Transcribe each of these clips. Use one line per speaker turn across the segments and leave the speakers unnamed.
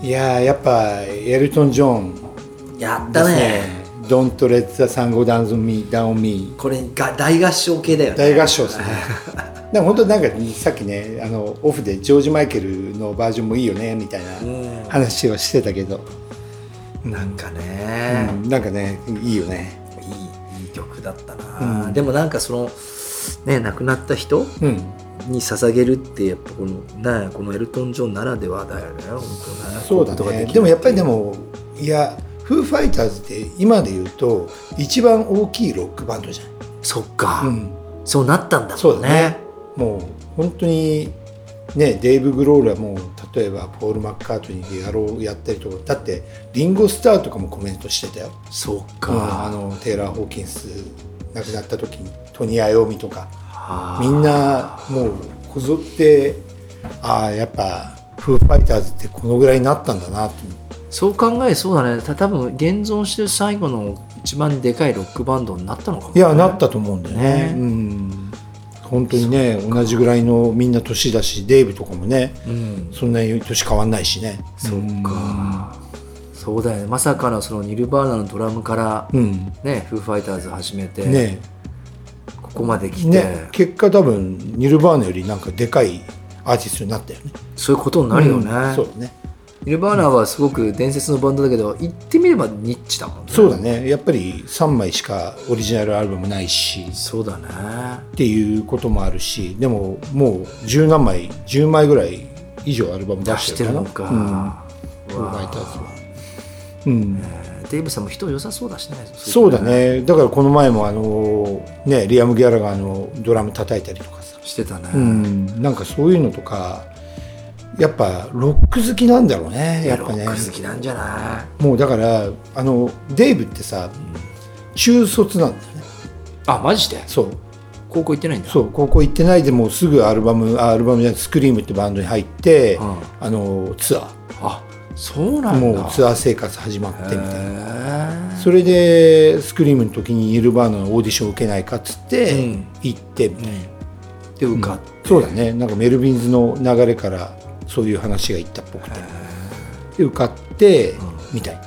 いやーやっぱエルトン・ジョン
やっ
で
た
す
ね
ね「Don't Let the Sun Go Down on Me」Down on me
これが大合唱系だよね
大合唱です ねでも本当なんかさっきねあのオフでジョージ・マイケルのバージョンもいいよねみたい
ん
な話をしてたけど、
なんかね、
うんなんかねいいよね
いいいい曲だったな、でもなんかそのね亡くなった人
うん
に捧げるってやっぱこのなこのエルトン・ジョンならではだよね本当ね
そうだね
こいことがきる
でもやっぱりでもいやフーファイターズって今で言うと一番大きいロックバンドじ
そっか、
ゃん、うん、
そうなったんだ
そ
も
うんだ
ね
ねもう本当にねデーブ・グロールはもう例えばポール・マッカートニーでやろうやったりとかだってリンゴ・スターとかもコメントしてたよ、
そっ
うん
か、
あのテイラー・ホーキンス亡くなった時にトニー・アヨミとか
あー
みんなもうこぞってああやっぱフーファイターズってこのぐらいになったんだなと
そう考えそうだねた多分現存してる最後の一番でかいロックバンドになったのかも
いやなったと思うんだよね
ね
うん本当にね同じぐらいのみんな年だしデイブとかもね
うん
そんなに年変わんないしね
そっかそうだよねまさかのそのニルバーナのドラムから
うん
ねフーファイターズ始めて、
ね
ここまで来て、
ね結果多分ニルバーナよりなんかでかいアーティストになったよね
そういうことになるよね、
うんそうだね
ニルバーナはすごく伝説のバンドだけど言ってみればニッチだもんね
そうだねやっぱり3枚しかオリジナルアルバムないし
そうだね
っていうこともあるしでももう十何枚10枚ぐらい以上アルバム出
出
し
してて
る
る
かな
のか、
うん、フーファイターズはうん
えーデイブさんも人良さそうだしね
そうだねだからこの前もあのねリアム・ギャラガーのドラム叩いたりとかさ、
してたね、
うん、なんかそういうのとかやっぱロック好きなんだろうねやっぱね
ロック好きなんじゃない
もうだからあのデイブってさ中卒なんだよね
あマジで
そう
高校行ってないんだ
そう高校行ってないでもうすぐアルバムあアルバムじゃないスクリームってバンドに入って、
うん
あのツア
あそうな
ー
ん
も
だ
うツアー生活始まってみたいな
へ
それでスクリームの時にニルバーナのオーディション受けないかっつって
うん
行ってみたいな、
ーで受かっ
そうだねなんかメルビンズの流れからそういう話がいったっぽくてで受かってみたいな、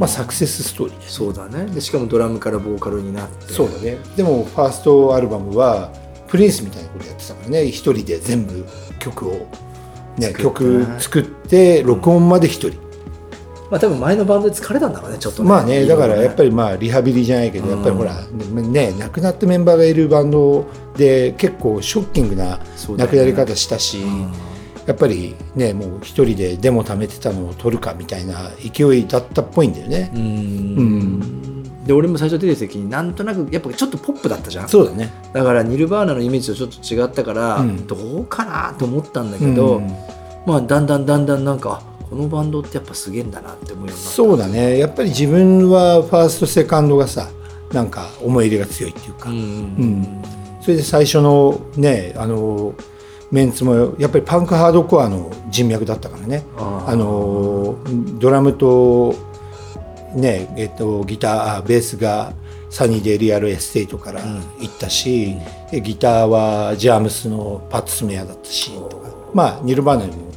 まあ、サクセスストーリーです
そうだねでしかもドラムからボーカルになって
そうだねでもファーストアルバムはプリンスみたいなことやってたからね一人で全部曲を、ね、曲作って録音まで一人、
まあ多分前のバンドで疲れたんだろうねちょっと
まあねだからやっぱ
り
りまあリハビリじゃないけどやっぱりほらね亡くなったメンバーがいるバンドで結構ショッキングな
そう
亡
だよ
く
ね
なり方したし、やっぱりねもう一人でデモ貯めてたのを取るかみたいな勢いだったっぽいんだよね、
うんで俺も最初出てきた時になんとなくやっぱちょっとポップだったじゃん
そうだね
だからニルバーナのイメージとちょっと違ったから、
うん
どうかなと思ったんだけど、
うん
まあだんだんだんだんなんかあこのバンドってやっぱすげえんだなって思うようになった
そうだねやっぱり自分はファーストセカンドがさなんか思い入れが強いっていうか、
うん
うんそれで最初のねあのメンツもやっぱりパンクハードコアの人脈だったからね
あ
あのドラムと、ねえっと、ギターあベースがサニーでリアルエステイトから行ったし、でギターはジャームスのパッツ・スメアだったしとかまあニルバーナにも、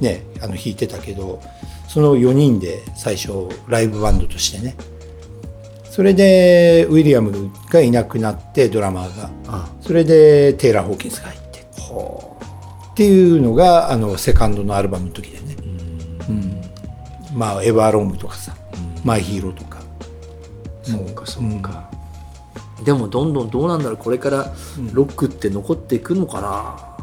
ね、あの弾いてたけどその4人で最初ライブバンドとしてねそれでウィリアムがいなくなってドラマーが
あ
それでテイラー・ホーキンスが入ってっていうのがあのセカンドのアルバムの時だよね、うんまあ「エヴァーロング」とかさ「マイ・ヒーロー」とか
そうかそうか、でもどんどんどうなんだろうこれからロックって残っていくのか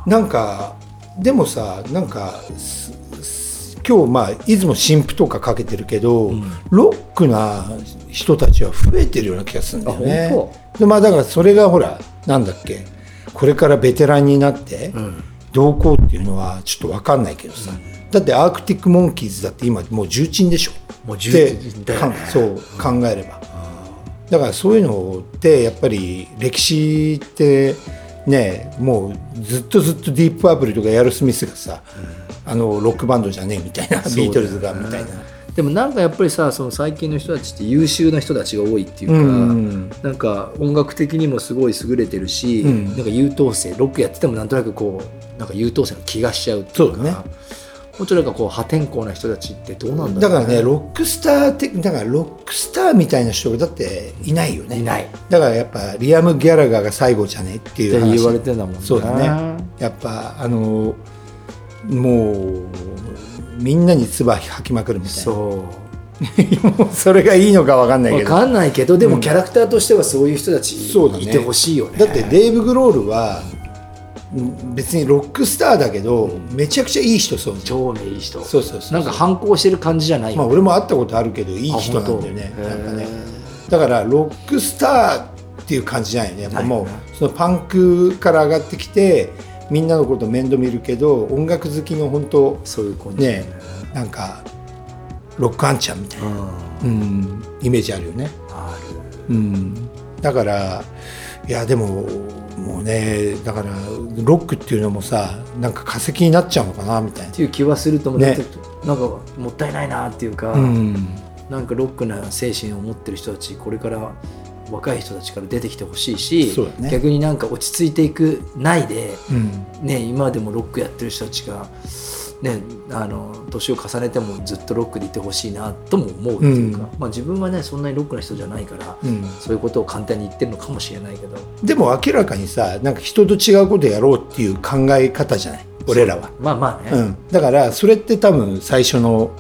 な、
なんかでもさなんかすす今日まあいつも新譜とかかけてるけど、ロックな人たちは増えてるような気がするんだよね
あ本
でまあだからそれがほらなんだっけこれからベテランになって、どうこうっていうのはちょっと分かんないけどさ、だってアークティック・モンキーズだって今もう重鎮でしょ
もう重鎮
って
だよね
かんそう考えれば、だからそういうのってやっぱり歴史ってねもうずっとずっとディープパープルとかエアロスミスがさ、あのロックバンドじゃねえみたいな、ビートルズがみたいな。
でもなんかやっぱりさその最近の人たちって優秀な人たちが多いっていうか、
うん
なんか音楽的にもすごい優れてるし、
うん
なんか優等生ロックやっててもなんとなくこうなんか優等生の気がしちゃうっていうか
そうだね
もちろんなんかこう破天荒な人たちってどうなんだ
だ
ろ
から
う、
ねロックスター的だからロックスターみたいな人だっていないよね
いない
だからやっぱリアム・ギャラガーが最後じゃねっていう
って
話
言われてんだもんね
そうだねやっぱあのもうみんなに唾吐きまくるみたいな
そう
もうそれがいいのかわかんない
わ
けど
かんないけどで
う
も
ん
キャラクターとしてはそういう人たち
そうだね
いてほしいよね
だってデーブ・グロールはうん別にロックスターだけどめちゃくちゃいい人そうじゃん
超ねいい人
そうそうそう
なんか反抗してる感じじゃない
まあ
よ、
俺も会ったことあるけどいい
あ
人
本
な
当
んだよね
へー
なんかねだからロックスターっていう感じじゃないよね、
ない
もうそのパンクから上がってきてみんなのこと面倒見るけど音楽好きの本当
そういう感じ
ねなんかロックアンちゃんみたいな、
うん
うん、イメージあるよね、
あ
うん、だからいやでももうねだからロックっていうのもさなんか化石になっちゃうのかなみたい
っ
な。
ていう気はすると思う、
ね
だってなんかもったいないなっていうか、
うん
なんかロックな精神を持ってる人たちこれから若い人たちから出てきてほしいし
そう、だね
逆になんか落ち着いていくないで、
うん
ね、今でもロックやってる人たちが、ね、あの年を重ねてもずっとロックでいてほしいなとも思うっていうか、まあ、自分はねそんなにロックな人じゃないから、
うん
そういうことを簡単に言ってるのかもしれないけど
でも明らかにさなんか人と違うことやろうっていう考え方じゃない俺らは、
まあまあね、
うん、だからそれって多分最初の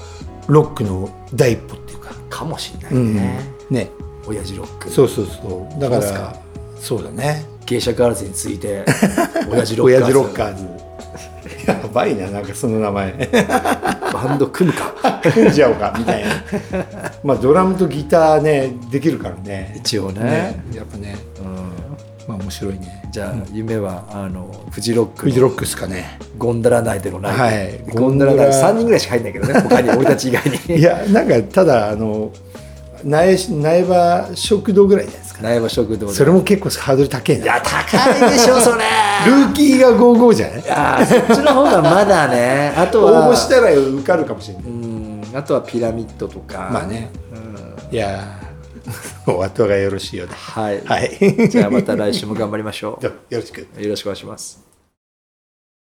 ロックの第一歩っていうか、
かもしれないうね
ん、ね
親父ロック
そうそうそうだか
そうっす
ら
か
そうだね
芸者ガールズについ て親父ロッ
親
カー
父
ズ
ロッカーズ やばいななんかその名前
バンド組むか
組んじゃおうかみたいな まあドラムとギターねできるからね
一応ね
ねやっぱね
うん
まあ面白いね
じゃあ、夢はあのフジロック
フ
の
ジロックっすかね
ゴンドラ内でのライブ、
はい
ゴンドラ内
ゴンドラ
3人ぐらいしか入んないけどね他に俺たち以外に
いやなんかただあの苗苗場食堂ぐらいじゃないですか
苗場食堂で
それも結構ハードル高い
い
な
や高いでしょそれ
ルーキーが55じゃない
あーそっちの方がまだねあとは、
応募したら受かるかもしれないう
んあとはピラミッドとか
まあね
うん
いやー お後がよろしいようで
はい、
はい
じゃあまた来週も頑張りましょ
どうよろしく
うよろしくお願いします